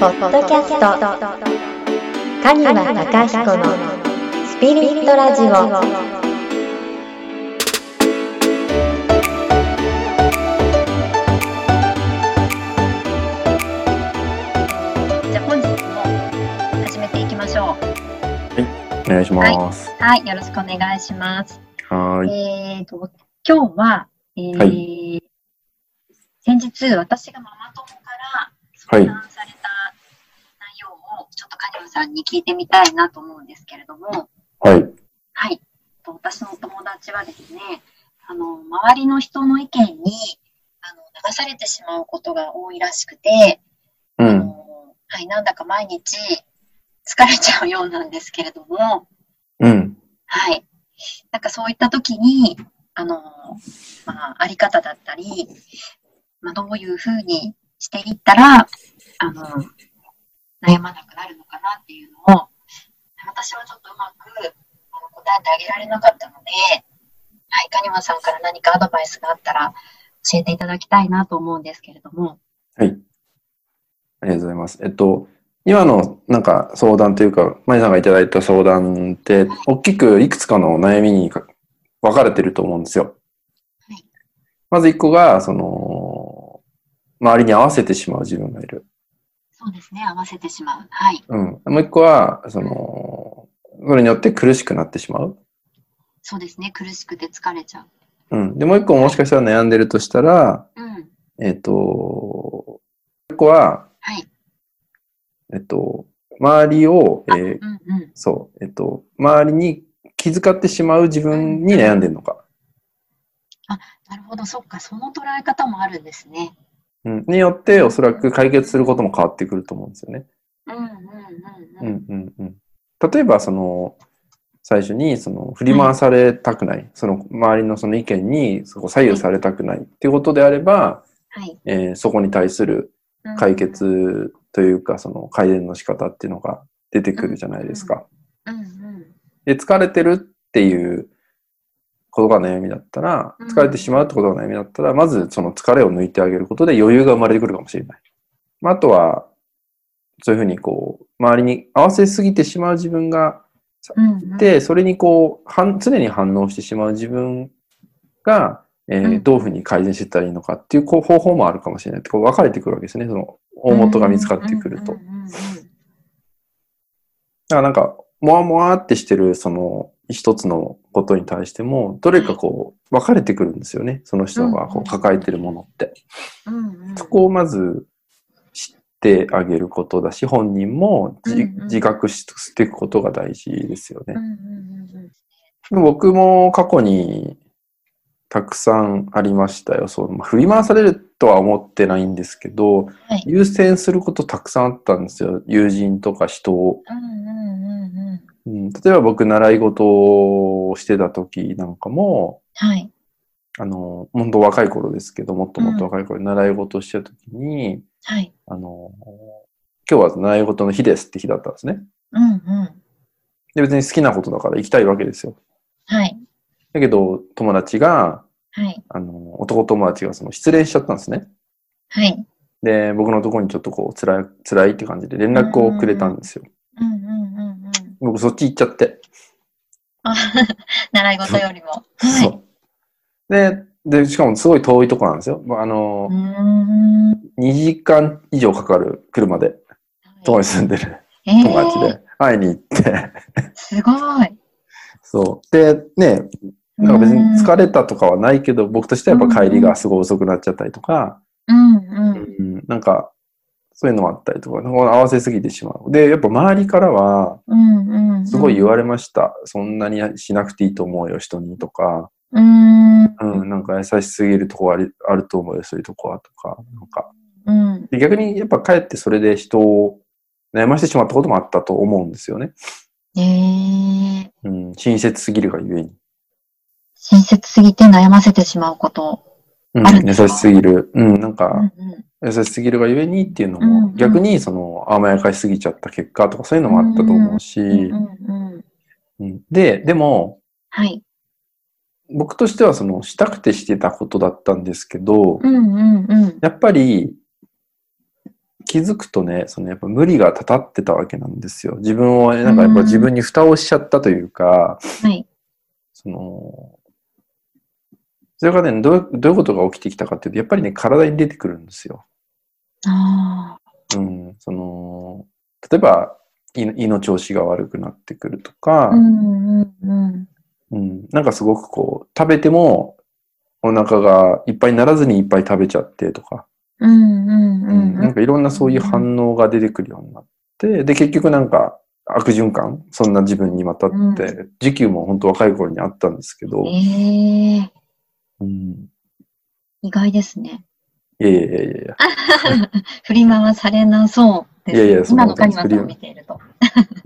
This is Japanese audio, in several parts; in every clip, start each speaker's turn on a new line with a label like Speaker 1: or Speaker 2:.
Speaker 1: ポッドキャストカニワ中彦のスピリットラジオ
Speaker 2: じゃあ本日も始めていきましょう。
Speaker 3: お願いします。
Speaker 2: はい、よろしくお願いします。
Speaker 3: はーい。
Speaker 2: えっ、と、今日は、えー
Speaker 3: は
Speaker 2: 先日私がママ友から
Speaker 3: は
Speaker 2: 相
Speaker 3: い
Speaker 2: 談された内容をちょっとカニワさんに聞いてみたいなと思うんですけれども、
Speaker 3: はい。
Speaker 2: はい、と私のお友達はですね、あの、周りの人の意見にあの流されてしまうことが多いらしくて、
Speaker 3: う
Speaker 2: あ
Speaker 3: ん。
Speaker 2: のはい、なんだか毎日疲れちゃうようなんですけれども、
Speaker 3: うん。
Speaker 2: はい。なんかそういった時に、あの、まあ、あり方だったり、まあ、どういうふうにしていったら、あの、悩まなくなるのかなっていうのを、私はちょっとうまくあの答えてあげられなかったので、はい、カニマさんから何かアドバイスがあったら教えていただきたいなと思うんですけれども。
Speaker 3: はい。ありがとうございます。えっと、今のなんか相談というか、まゆさんがいただいた相談って、大きくいくつかの悩みにか分かれてると思うんですよ
Speaker 2: はい。
Speaker 3: まず一個が、その、周りに合わせてしまう自分がいる。
Speaker 2: そうですね、合わせてしまう。はい。
Speaker 3: うん。もう一個は、その、それによって苦しくなってしまう。
Speaker 2: そうですね、苦しくて疲れちゃう。
Speaker 3: うん。で、もう一個もしかしたら悩んでるとしたら、
Speaker 2: うん。
Speaker 3: えっと、もう一個は、
Speaker 2: はい。
Speaker 3: えっと、周りを、えー
Speaker 2: うんうん。
Speaker 3: そう、えっと、周りに気遣ってしまう自分に悩んでるのか、
Speaker 2: なるほど、そっか、その捉え方もあるんですね。
Speaker 3: うん、によって、おそらく解決することも変わってくると思うんですよね。
Speaker 2: うんうん
Speaker 3: う
Speaker 2: うんうん。
Speaker 3: んうんうん、例えば、その、最初にその振り回されたくない、その周りのその意見にそこ左右されたくないっていうことであれば、
Speaker 2: はい。
Speaker 3: えーそこに対する
Speaker 2: うん
Speaker 3: 解。決というか、その改善の仕方っていうのが出てくるじゃないですか。
Speaker 2: うんうん。
Speaker 3: で、疲れてるっていうことが悩みだったら
Speaker 2: う、ん
Speaker 3: 疲れてしまうってことが悩みだったら、まずその疲れを抜いてあげることで余裕が生まれてくるかもしれない。まあ、あとは、そういうふうにこう、周りに合わせすぎてしまう自分が
Speaker 2: うんうん、
Speaker 3: いて、それにこう、反常に反応してしまう自分が、えー
Speaker 2: うん
Speaker 3: どういうふうに改善していったらいいのかっていうこう方法もあるかもしれないって、こう分かれてくるわけですね。その大元が見つかってくると
Speaker 2: うん。うんうんうん
Speaker 3: だからなんか、もわもわってしてる、その、一つのことに対しても、どれかこう、分かれてくるんですよね。その人がこ
Speaker 2: うん
Speaker 3: う抱えてるものって。
Speaker 2: うんうん。
Speaker 3: そこをまず知ってあげることだし、本人もじ
Speaker 2: うんうん
Speaker 3: 自覚していくことが大事ですよ
Speaker 2: うんう
Speaker 3: ね。
Speaker 2: んうんうん。
Speaker 3: 僕も過去にたくさんありましたよ。そう、まあ振り回されるとは思ってないんですけど、
Speaker 2: はい
Speaker 3: 優先することたくさんあったんですよ。友人とか人を。
Speaker 2: うんうんうんうん。
Speaker 3: うん、例えば僕、習い事をしてた時なんかも、
Speaker 2: はい。
Speaker 3: あの、本当若い頃ですけど、もっともっと若い頃に習い事をしてた時に、
Speaker 2: はい。
Speaker 3: あの、今日は習い事の日ですって日だったんですね。
Speaker 2: うんうん。
Speaker 3: で、別に好きなことだから行きたいわけですよ。
Speaker 2: はい。
Speaker 3: だけど、友達が、
Speaker 2: はい。
Speaker 3: あの、男友達がその失恋しちゃったんですね。
Speaker 2: はい。
Speaker 3: で、僕のところにちょっとこう、辛い、辛いって感じで連絡をくれたんですよ。
Speaker 2: うんうんうんうん。
Speaker 3: 僕、そっち行っちゃって。
Speaker 2: あ習い事よりも。は
Speaker 3: そ
Speaker 2: い。
Speaker 3: う。で、で、しかもすごい遠いとこなんですよ。まああの、
Speaker 2: うーん。
Speaker 3: 2時間以上かかる車で、友達住んでる
Speaker 2: えー
Speaker 3: 友達で会いに行って、
Speaker 2: すごい。
Speaker 3: そう。で、ね、なんか別に疲れたとかはないけど、僕としてはやっぱ帰りがすごい遅くなっちゃったりとか、
Speaker 2: うんうんうん。
Speaker 3: うんなんか、そういうのもあったりとか、なんか合わせすぎてしまう。で、やっぱ周りからは、
Speaker 2: うんうんうん。
Speaker 3: すごい言われました。そんなにしなくていいと思うよ、人にとか、
Speaker 2: うーん。
Speaker 3: うん、なんか優しすぎるとこありあると思うよ、そういうとこは、とか、なんか。
Speaker 2: うん。
Speaker 3: で逆にやっぱ帰ってそれで人を悩ましてしまったこともあったと思うんですよね。
Speaker 2: えー、
Speaker 3: うん、親切すぎるがゆえに。
Speaker 2: 親切すぎて悩ませてしまうこと。
Speaker 3: う
Speaker 2: あるん
Speaker 3: ん、優
Speaker 2: ですか
Speaker 3: しすぎる。うん、
Speaker 2: う
Speaker 3: なん
Speaker 2: んう
Speaker 3: か、
Speaker 2: ん
Speaker 3: 優しすぎるがゆえにっていうの
Speaker 2: うんう
Speaker 3: も、
Speaker 2: ん
Speaker 3: 逆にその、甘やかしすぎちゃった結果とか、そういうのもあったと思うし、
Speaker 2: うんうん。
Speaker 3: うんで、でも、
Speaker 2: はい。
Speaker 3: 僕としてはその、したくてしてたことだったんですけど、
Speaker 2: うんうんうん。
Speaker 3: やっぱり、気づくとね、そのやっぱ無理がたたってたわけなんですよ。自分を、なんかやっぱ自分に蓋をしちゃったというか、
Speaker 2: はい。
Speaker 3: その、それがね、どうどういうことが起きてきたかっていうと、やっぱりね、体に出てくるんですよ。
Speaker 2: あ
Speaker 3: うん、その、例えば、胃の胃の調子が悪くなってくるとか、
Speaker 2: あ。うんうんうん。
Speaker 3: うん、なんかすごくこう、食べてもお腹がいっぱいにならずにいっぱい食べちゃってとか、
Speaker 2: うんうんう
Speaker 3: う
Speaker 2: んん。
Speaker 3: なんかいろんなそういう反応が出てくるようになって、で、結局なんか悪循環、そんな自分にまたって、
Speaker 2: う
Speaker 3: 時給も本当若い頃にあったんですけど、
Speaker 2: ええ
Speaker 3: うん、
Speaker 2: 意外ですね。
Speaker 3: いやいやいやいや、
Speaker 2: 振り回されなそうです。
Speaker 3: いやいやそんな
Speaker 2: 今
Speaker 3: こ
Speaker 2: の
Speaker 3: とな
Speaker 2: カ
Speaker 3: い
Speaker 2: ニマさんを見ていると。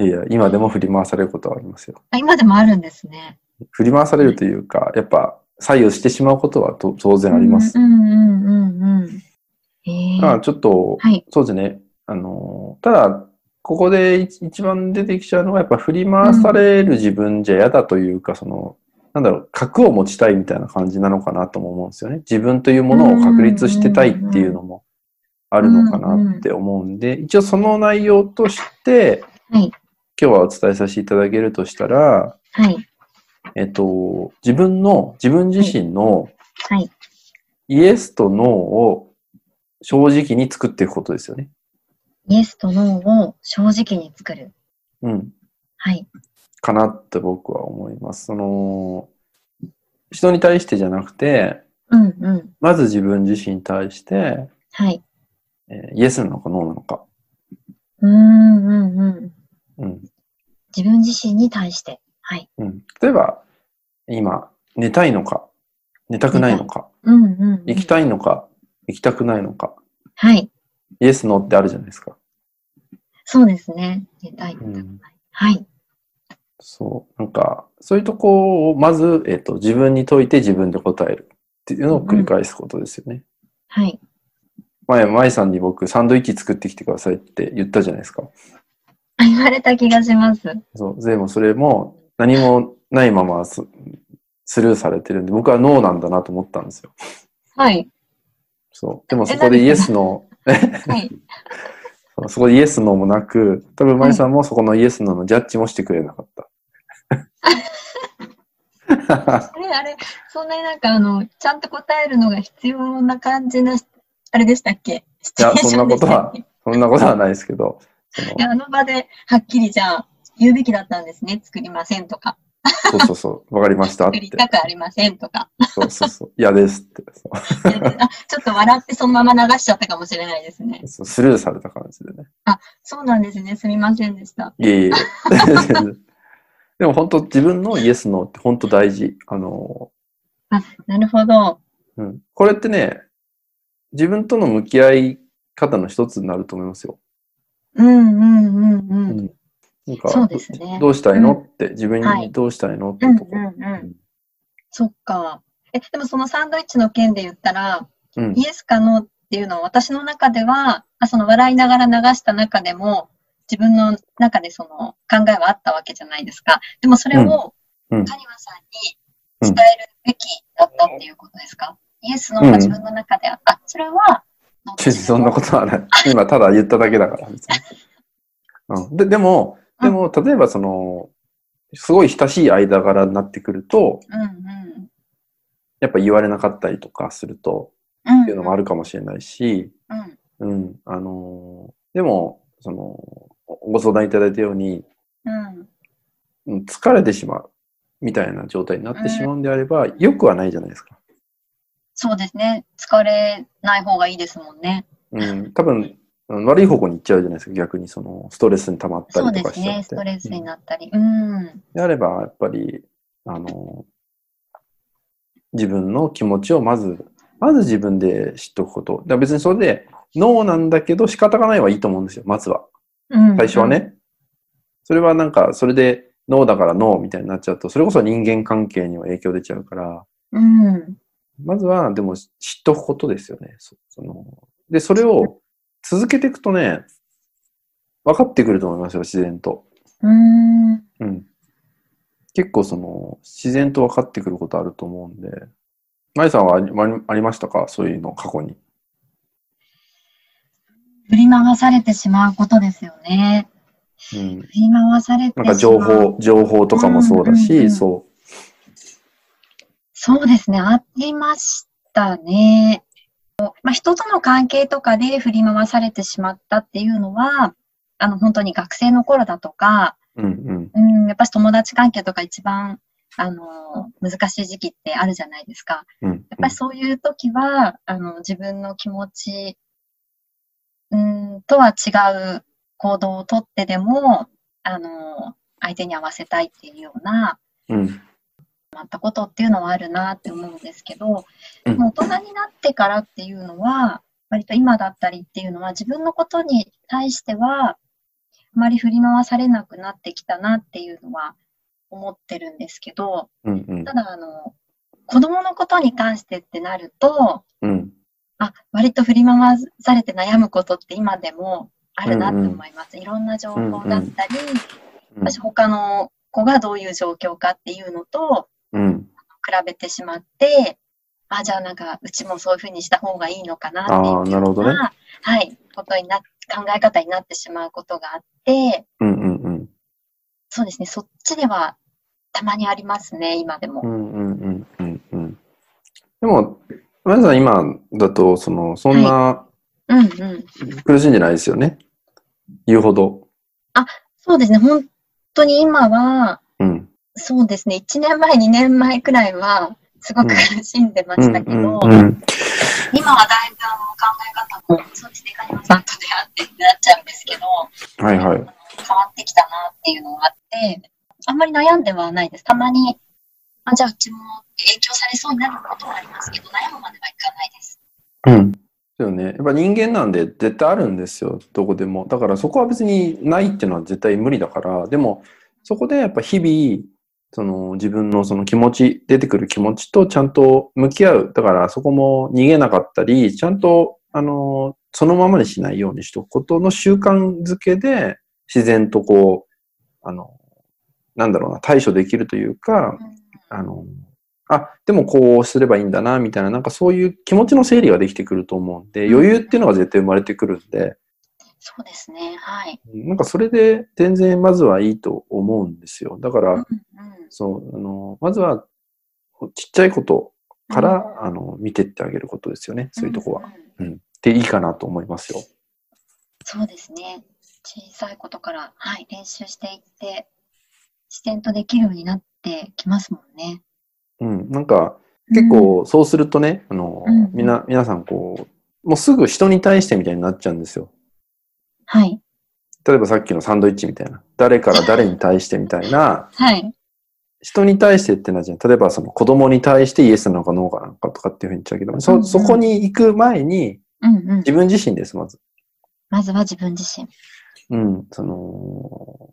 Speaker 3: いやいや、今でも振り回されることはありますよ。
Speaker 2: あ、今でもあるんですね。
Speaker 3: 振り回されるというか、やっぱ左右してしまうことはと当然あります。
Speaker 2: うんうんうんうん。ええ
Speaker 3: まあちょっと、
Speaker 2: はい。
Speaker 3: そうですね。あのただ、ここで一一番出てきちゃうのは、やっぱ振り回される自分じゃ嫌だというか、その、なんだろう、核を持ちたいみたいな感じなのかなとも思うんですよね。自分というものを確立してたいっていうのもあるのかなって思うんで、一応その内容として、
Speaker 2: はい
Speaker 3: 今日はお伝えさせていただけるとしたら、
Speaker 2: はい。
Speaker 3: えっと、自分の、自分自身の
Speaker 2: はい。
Speaker 3: イエスとノーを正直に作っていくことですよね。
Speaker 2: イエスとノーを正直に作る。
Speaker 3: うん。
Speaker 2: はい。
Speaker 3: かなって僕は思います。その、人に対してじゃなくて、
Speaker 2: うんうん。
Speaker 3: まず自分自身に対して、
Speaker 2: はい。
Speaker 3: えーイエスなのかノーなのか。
Speaker 2: うんうんうん。
Speaker 3: うん。
Speaker 2: 自分自身に対して。はい。
Speaker 3: うん、例えば、今、寝たいのか、寝たくないのか、
Speaker 2: うんうん、うん。
Speaker 3: 行きたいのか、行きたくないのか、
Speaker 2: はい。
Speaker 3: イエスノーってあるじゃないですか。
Speaker 2: そうですね。寝たい。
Speaker 3: うん
Speaker 2: はい。
Speaker 3: そう。なんか、そういうとこを、まず、えっ、と、自分に解いて自分で答えるっていうのを繰り返すことですよね。
Speaker 2: はい。
Speaker 3: 前、前さんに僕、サンドイッチ作ってきてくださいって言ったじゃないですか。
Speaker 2: あ言われた気がします。
Speaker 3: そう。でもそれも何もないまますスルーされてるんで、僕はノーなんだなと思ったんですよ。
Speaker 2: はい。
Speaker 3: そう。でもそこでイエスの、
Speaker 2: はい。
Speaker 3: そうそこでイエスのもなく、多分マリさんもそこのイエスののジャッジもしてくれなかった。
Speaker 2: あれ、あれ、そんなになんかあの、ちゃんと答えるのが必要な感じな、あれでしたっけ
Speaker 3: いやそんなことは
Speaker 2: シチュエーションでしたっけ
Speaker 3: そんなことはないですけど、その
Speaker 2: い やあの場で、はっきりじゃあ、言うべきだったんですね。作りませんとか、
Speaker 3: そうそうそう、わかりましたっ
Speaker 2: 作
Speaker 3: て。
Speaker 2: りたくありませんとか。
Speaker 3: そうそうそう、嫌ですって。そ
Speaker 2: あちょっと笑ってそのまま流しちゃったかもしれないですね
Speaker 3: う。そうスルーされた感じでね。
Speaker 2: そうなんですね。すみませんでした。
Speaker 3: いえいえ。でも本当自分のイエスノーって本当大事。あの、
Speaker 2: なるほど。
Speaker 3: うん、これってね、自分との向き合い方の一つになると思いますよ。
Speaker 2: うんうんうんう
Speaker 3: うん
Speaker 2: ん。
Speaker 3: なんか
Speaker 2: そうですね
Speaker 3: どうしたいのって、自分
Speaker 2: は
Speaker 3: に
Speaker 2: い
Speaker 3: どうしたいのって
Speaker 2: うん
Speaker 3: とこ。
Speaker 2: うんうん。そっか。え、でもそのサンドイッチの件で言ったら、
Speaker 3: うん
Speaker 2: イエスかノーっていうのを私の中では、あその笑いながら流した中でも、自分の中でその考えはあったわけじゃないですか。でもそれを、
Speaker 3: う
Speaker 2: カ
Speaker 3: ん
Speaker 2: ニ
Speaker 3: う
Speaker 2: マ
Speaker 3: ん
Speaker 2: さんに伝えるべきだったっていうことですか、イエスノーが自分の中であった。それは、
Speaker 3: 別にそんなことはない。今ただ言っただけだから、別 に。うん、ででも、でも、例えばその、すごい親しい間柄になってくると、
Speaker 2: うんうん。
Speaker 3: やっぱ言われなかったりとかすると、
Speaker 2: うん。
Speaker 3: っていうのもあるかもしれないし、
Speaker 2: うん。
Speaker 3: うん、あのーでも、その、おご相談いただいたように、
Speaker 2: うん。
Speaker 3: うん疲れてしまうみたいな状態になってしまうんであれば、良くはないじゃないですか。
Speaker 2: そうですね。疲れない方がいいですもんね。
Speaker 3: うん、多分、うん悪い方向に行っちゃうじゃないですか、逆にその、ストレスに溜まった
Speaker 2: そう
Speaker 3: り
Speaker 2: で
Speaker 3: とか
Speaker 2: す
Speaker 3: しちゃ
Speaker 2: ね。
Speaker 3: っ
Speaker 2: ス
Speaker 3: て。
Speaker 2: トレスに
Speaker 3: うん
Speaker 2: なったり。うん。
Speaker 3: であれば、やっぱり、あのー自分の気持ちをまず、まず自分で知っておくこと。だから別にそれで、ノーなんだけど仕方がないはいいと思うんですよ、まずは。
Speaker 2: うん
Speaker 3: 最初は。ね。それはなんか、それで、ノーだからノーみたいになっちゃうと、それこそ人間関係にも影響出ちゃうから、
Speaker 2: うん。
Speaker 3: まずは、でも、知っとくことですよね。そそので、それを続けていくとね、分かってくると思いますよ、自然と。
Speaker 2: うん。
Speaker 3: うん。結構、その、自然と分かってくることあると思うんで、まゆさんはありありありましたかそういうの、過去に。
Speaker 2: 振り回されてしまうことですよね。
Speaker 3: うん、
Speaker 2: 振り回されてしま
Speaker 3: な
Speaker 2: う。
Speaker 3: んか情報、情報とかもそうだ
Speaker 2: うんうんう
Speaker 3: し、
Speaker 2: ん
Speaker 3: そ
Speaker 2: そうですね、ありましたね。まあ、人との関係とかで振り回されてしまったっていうのは、あの本当に学生の頃だとか、
Speaker 3: う。うんうん。
Speaker 2: うん、やっぱし友達関係とか一番あの難しい時期ってあるじゃないですか。
Speaker 3: うんうん
Speaker 2: やっぱりそういう時は、あの自分の気持ち、うん、とは違う行動をとってでも、あの相手に合わせたいっていうような、
Speaker 3: うん
Speaker 2: あったことっていうのはあるなって思うんですけど、
Speaker 3: うん
Speaker 2: もう大人になってからっていうのは、割と今だったりっていうのは、自分のことに対しては、あまり振り回されなくなってきたなっていうのは思ってるんですけど、
Speaker 3: うんうん
Speaker 2: ただ、あの、子供のことに関してってなると、
Speaker 3: うん。
Speaker 2: あ、割と振り回されて悩むことって今でもあるなって思います。いろんな情報だったり、
Speaker 3: うん
Speaker 2: 私他の子がどういう状況かっていうのと、
Speaker 3: うん。
Speaker 2: 比べてしまって、あ、じゃあなんか、うちもそういうふうにした方がいいのかなっていうよう
Speaker 3: ああ、なるほどね。
Speaker 2: なはい、ことにな、考え方になってしまうことがあって、
Speaker 3: うんうんうん。
Speaker 2: そうですね、そっちではたまにありますね、今で
Speaker 3: う
Speaker 2: も。
Speaker 3: んうんうんうんうん。でも、皆さん今だと、その、そんな
Speaker 2: うんうん。
Speaker 3: 苦しんでないですよね。言うほど。
Speaker 2: そうですね、本当に今は、
Speaker 3: うん。
Speaker 2: そうですね、1年前、2年前くらいは、すごく
Speaker 3: うん
Speaker 2: 苦しんでま
Speaker 3: う
Speaker 2: し
Speaker 3: ん
Speaker 2: たけど、
Speaker 3: うんうん。
Speaker 2: 今はだいぶあの考え方も、そうですね、カニマさんと出会ってってなっちゃうんですけど、
Speaker 3: はいはい。
Speaker 2: 変わってきたなっていうのがあって、あんまり悩んではないです。たまに、あじゃあうちも影響されそうになることはありますけど、悩むまではいかないです。
Speaker 3: うん。ですよね。やっぱ人間なんで絶対あるんですよ。どこでも。だからそこは別にないっていうのは絶対無理だから。でも、そこでやっぱ日々、その自分のその気持ち、出てくる気持ちとちゃんと向き合う。だからそこも逃げなかったり、ちゃんと、あの、そのままにしないようにしとくことの習慣づけで、自然とこう、あの、なんだろうな、対処できるというか、あの、あ、でもこうすればいいんだな、みたいな、なんかそういう気持ちの整理ができてくると思うんで、余裕っていうのが絶対生まれてくるんで、
Speaker 2: そうですね、はい。
Speaker 3: なんかそれで全然まずはいいと思うんですよ。だか
Speaker 2: うん
Speaker 3: ら、
Speaker 2: うん
Speaker 3: そう、あの、まずはちっちゃいことから、あの、見てってあげることですよね、そういうとこは。
Speaker 2: んん
Speaker 3: で、いいかなと思いますよ。
Speaker 2: そうですね。小さいことから、はい、練習していって、自然とできるようになってきますもんね。
Speaker 3: うん、なんか、結構そうするとね、あの、
Speaker 2: うん
Speaker 3: みんな、皆さんこう、もうすぐ人に対してみたいになっちゃうんですよ。
Speaker 2: はい、
Speaker 3: 例えばさっきのサンドイッチみたいな。誰から誰に対してみたいな。
Speaker 2: はい、
Speaker 3: 人に対してってなっちゃう。例えばその子供に対してイエスなのかノーかなのかとかっていうふうに言っちゃうけど
Speaker 2: うん
Speaker 3: も、
Speaker 2: う
Speaker 3: そ、
Speaker 2: ん
Speaker 3: そこに行く前に
Speaker 2: うんうん。
Speaker 3: 自分自身です、まず。
Speaker 2: まずは自分自身。
Speaker 3: うん。その、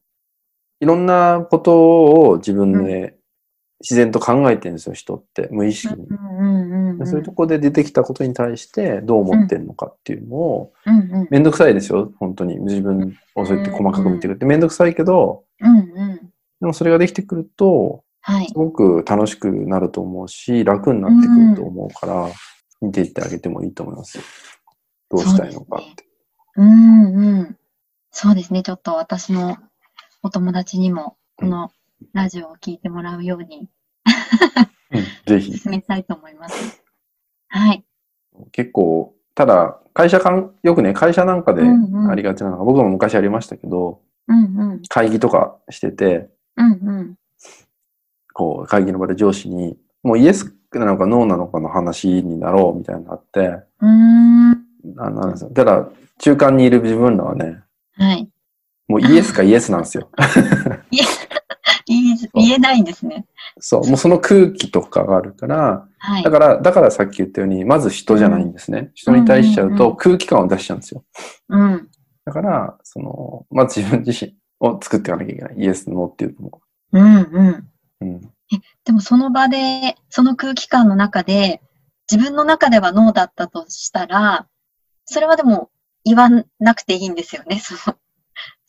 Speaker 3: いろんなことを自分で自然と考えてるんですよ、人って。無意識に。
Speaker 2: うんうんうんうん。
Speaker 3: そういうとこで出てきたことに対してどう思ってるのかっていうのを、
Speaker 2: うんうん。
Speaker 3: めんどくさいですよ、本当に。自分をそうやって細かく見てくって。めんどくさいけど、
Speaker 2: うんうん。
Speaker 3: でもそれができてくると、
Speaker 2: はい
Speaker 3: す。ごく楽しくなると思うし、楽になってくると思うから、見ていってあげてもいいと思いますよ。どうしたいのかって。
Speaker 2: うんうん。そうですね。ちょっと私のお友達にも、このラジオを聞いてもらうように
Speaker 3: うんぜひ。
Speaker 2: 進めたいと思います。はい。
Speaker 3: 結構、ただ、会社間、よくね、会社なんかで
Speaker 2: うんうん
Speaker 3: ありがちなのが、僕も昔ありましたけど、
Speaker 2: うんうん。
Speaker 3: 会議とかしてて、
Speaker 2: うんうん。
Speaker 3: こう、会議の場で上司に、もうイエスなのかノーなのかの話になろうみたいになって、
Speaker 2: うーん。
Speaker 3: あなんですよただ、中間にいる自分らはね、
Speaker 2: はい。
Speaker 3: もうイエスかイエスなんで すよ。
Speaker 2: 言え言えないんですね。
Speaker 3: そう、もうその空気とかがあるから、
Speaker 2: はい
Speaker 3: だ。から、だからさっき言ったように、まず人じゃないんですね。人に対しちゃうと空気感を出しちゃうんですよ。
Speaker 2: うん。
Speaker 3: だから、その、まず自分自身を作っていかなきゃいけない。イエス、ノーっていうのも。
Speaker 2: うんうん。
Speaker 3: うん。
Speaker 2: でもその場で、その空気感の中で、自分の中ではノーだったとしたら、それはでも言わなくていいんですよね、その、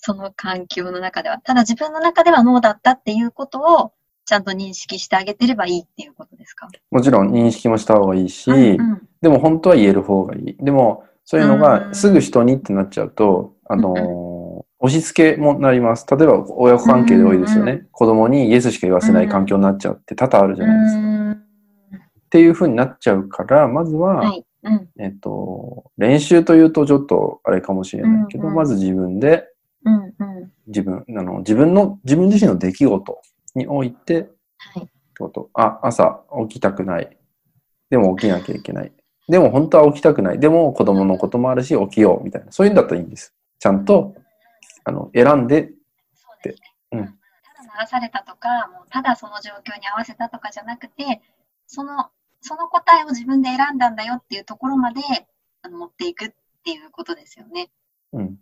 Speaker 2: その環境の中では。ただ自分の中ではノーだったっていうことを、ちゃんと認識してあげてればいいっていうことですか
Speaker 3: もちろん認識もした方がいいし、
Speaker 2: うんうん
Speaker 3: でも本当は言える方がいい。でも、そういうの
Speaker 2: う
Speaker 3: が
Speaker 2: ん
Speaker 3: すぐ人にってなっちゃうと、あのー押し付けもなります。例えば親子関係で多いですよ
Speaker 2: うん
Speaker 3: ね。子供にイエスしか言わせない環境になっちゃって多々あるじゃないですか。
Speaker 2: うん
Speaker 3: っていう風になっちゃうから、まずは、
Speaker 2: はい。うん。
Speaker 3: えっと、練習というとちょっとあれかもしれないけど、
Speaker 2: うんうん
Speaker 3: まず自分で、
Speaker 2: うん。うん。
Speaker 3: 自分、あの、自分の、自分自身の出来事において、
Speaker 2: はい。
Speaker 3: ってこと。あ、朝起きたくない。でも起きなきゃいけない。でも本当は起きたくない。でも子供のこともあるし起きようみたいな。そういうんだったらいいんです。ちゃんと、あの、選んで、
Speaker 2: そうですね。
Speaker 3: うん
Speaker 2: ただ流されたとか、もうただその状況に合わせたとかじゃなくて、その、その答えを自分で選んだんだよっていうところまであの持っていくっていうことですよね。
Speaker 3: うん。
Speaker 2: うんうん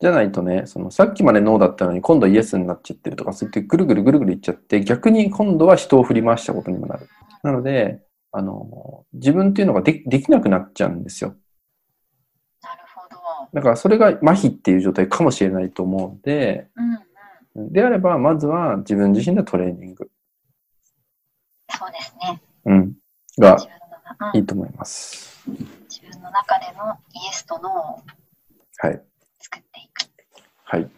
Speaker 3: じゃないとね、そのさっきまでノーだったのに今度イエスになっちゃってるとか、そうやってぐるぐるぐるぐるいっちゃって、逆に今度は人を振り回したことにもなる。なので、あの、自分っていうのがでできなくなっちゃうんですよ。
Speaker 2: なるほど。
Speaker 3: だからそれが麻痺っていう状態かもしれないと思うので、
Speaker 2: うんうん。
Speaker 3: であれば、まずは自分自身のトレーニング、
Speaker 2: そうですね。
Speaker 3: うん、が
Speaker 2: 自分の中、う
Speaker 3: い
Speaker 2: ん
Speaker 3: いと思います。
Speaker 2: 自分の中でのイエスとノーを
Speaker 3: はい。
Speaker 2: 作っていく。
Speaker 3: はい。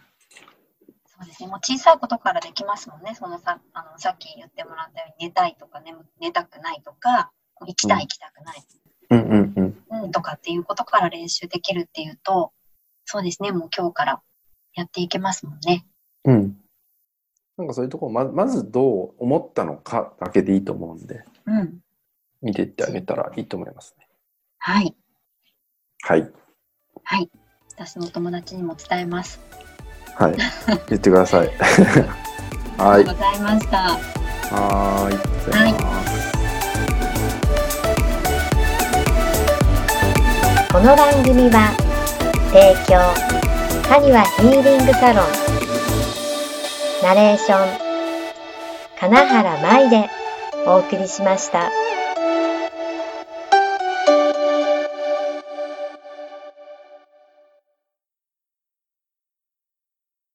Speaker 2: そうですね。もう小さいことからできますもんね。そのさ、あの、さっき言ってもらったように寝たいとか眠、寝たくないとか、行きたい行きたくない。
Speaker 3: うんうんうん。
Speaker 2: うん、とかっていうことから練習できるっていうと、そうですね、もう今日からやっていけますもんね。
Speaker 3: うん。なんかそういうところま、まずどう思ったのかだけでいいと思うんで、
Speaker 2: うん。
Speaker 3: 見ていってあげたらいいと思いますね。
Speaker 2: はい。
Speaker 3: はい。
Speaker 2: 私の友達にも伝えます。
Speaker 3: はい。言ってください。
Speaker 2: あ
Speaker 3: は
Speaker 2: り
Speaker 3: い
Speaker 2: が。とうございました。
Speaker 3: はーい。
Speaker 2: は
Speaker 3: さよなら
Speaker 1: この番組は提供カニワヒーリングサロンナレーション金原舞でお送りしました。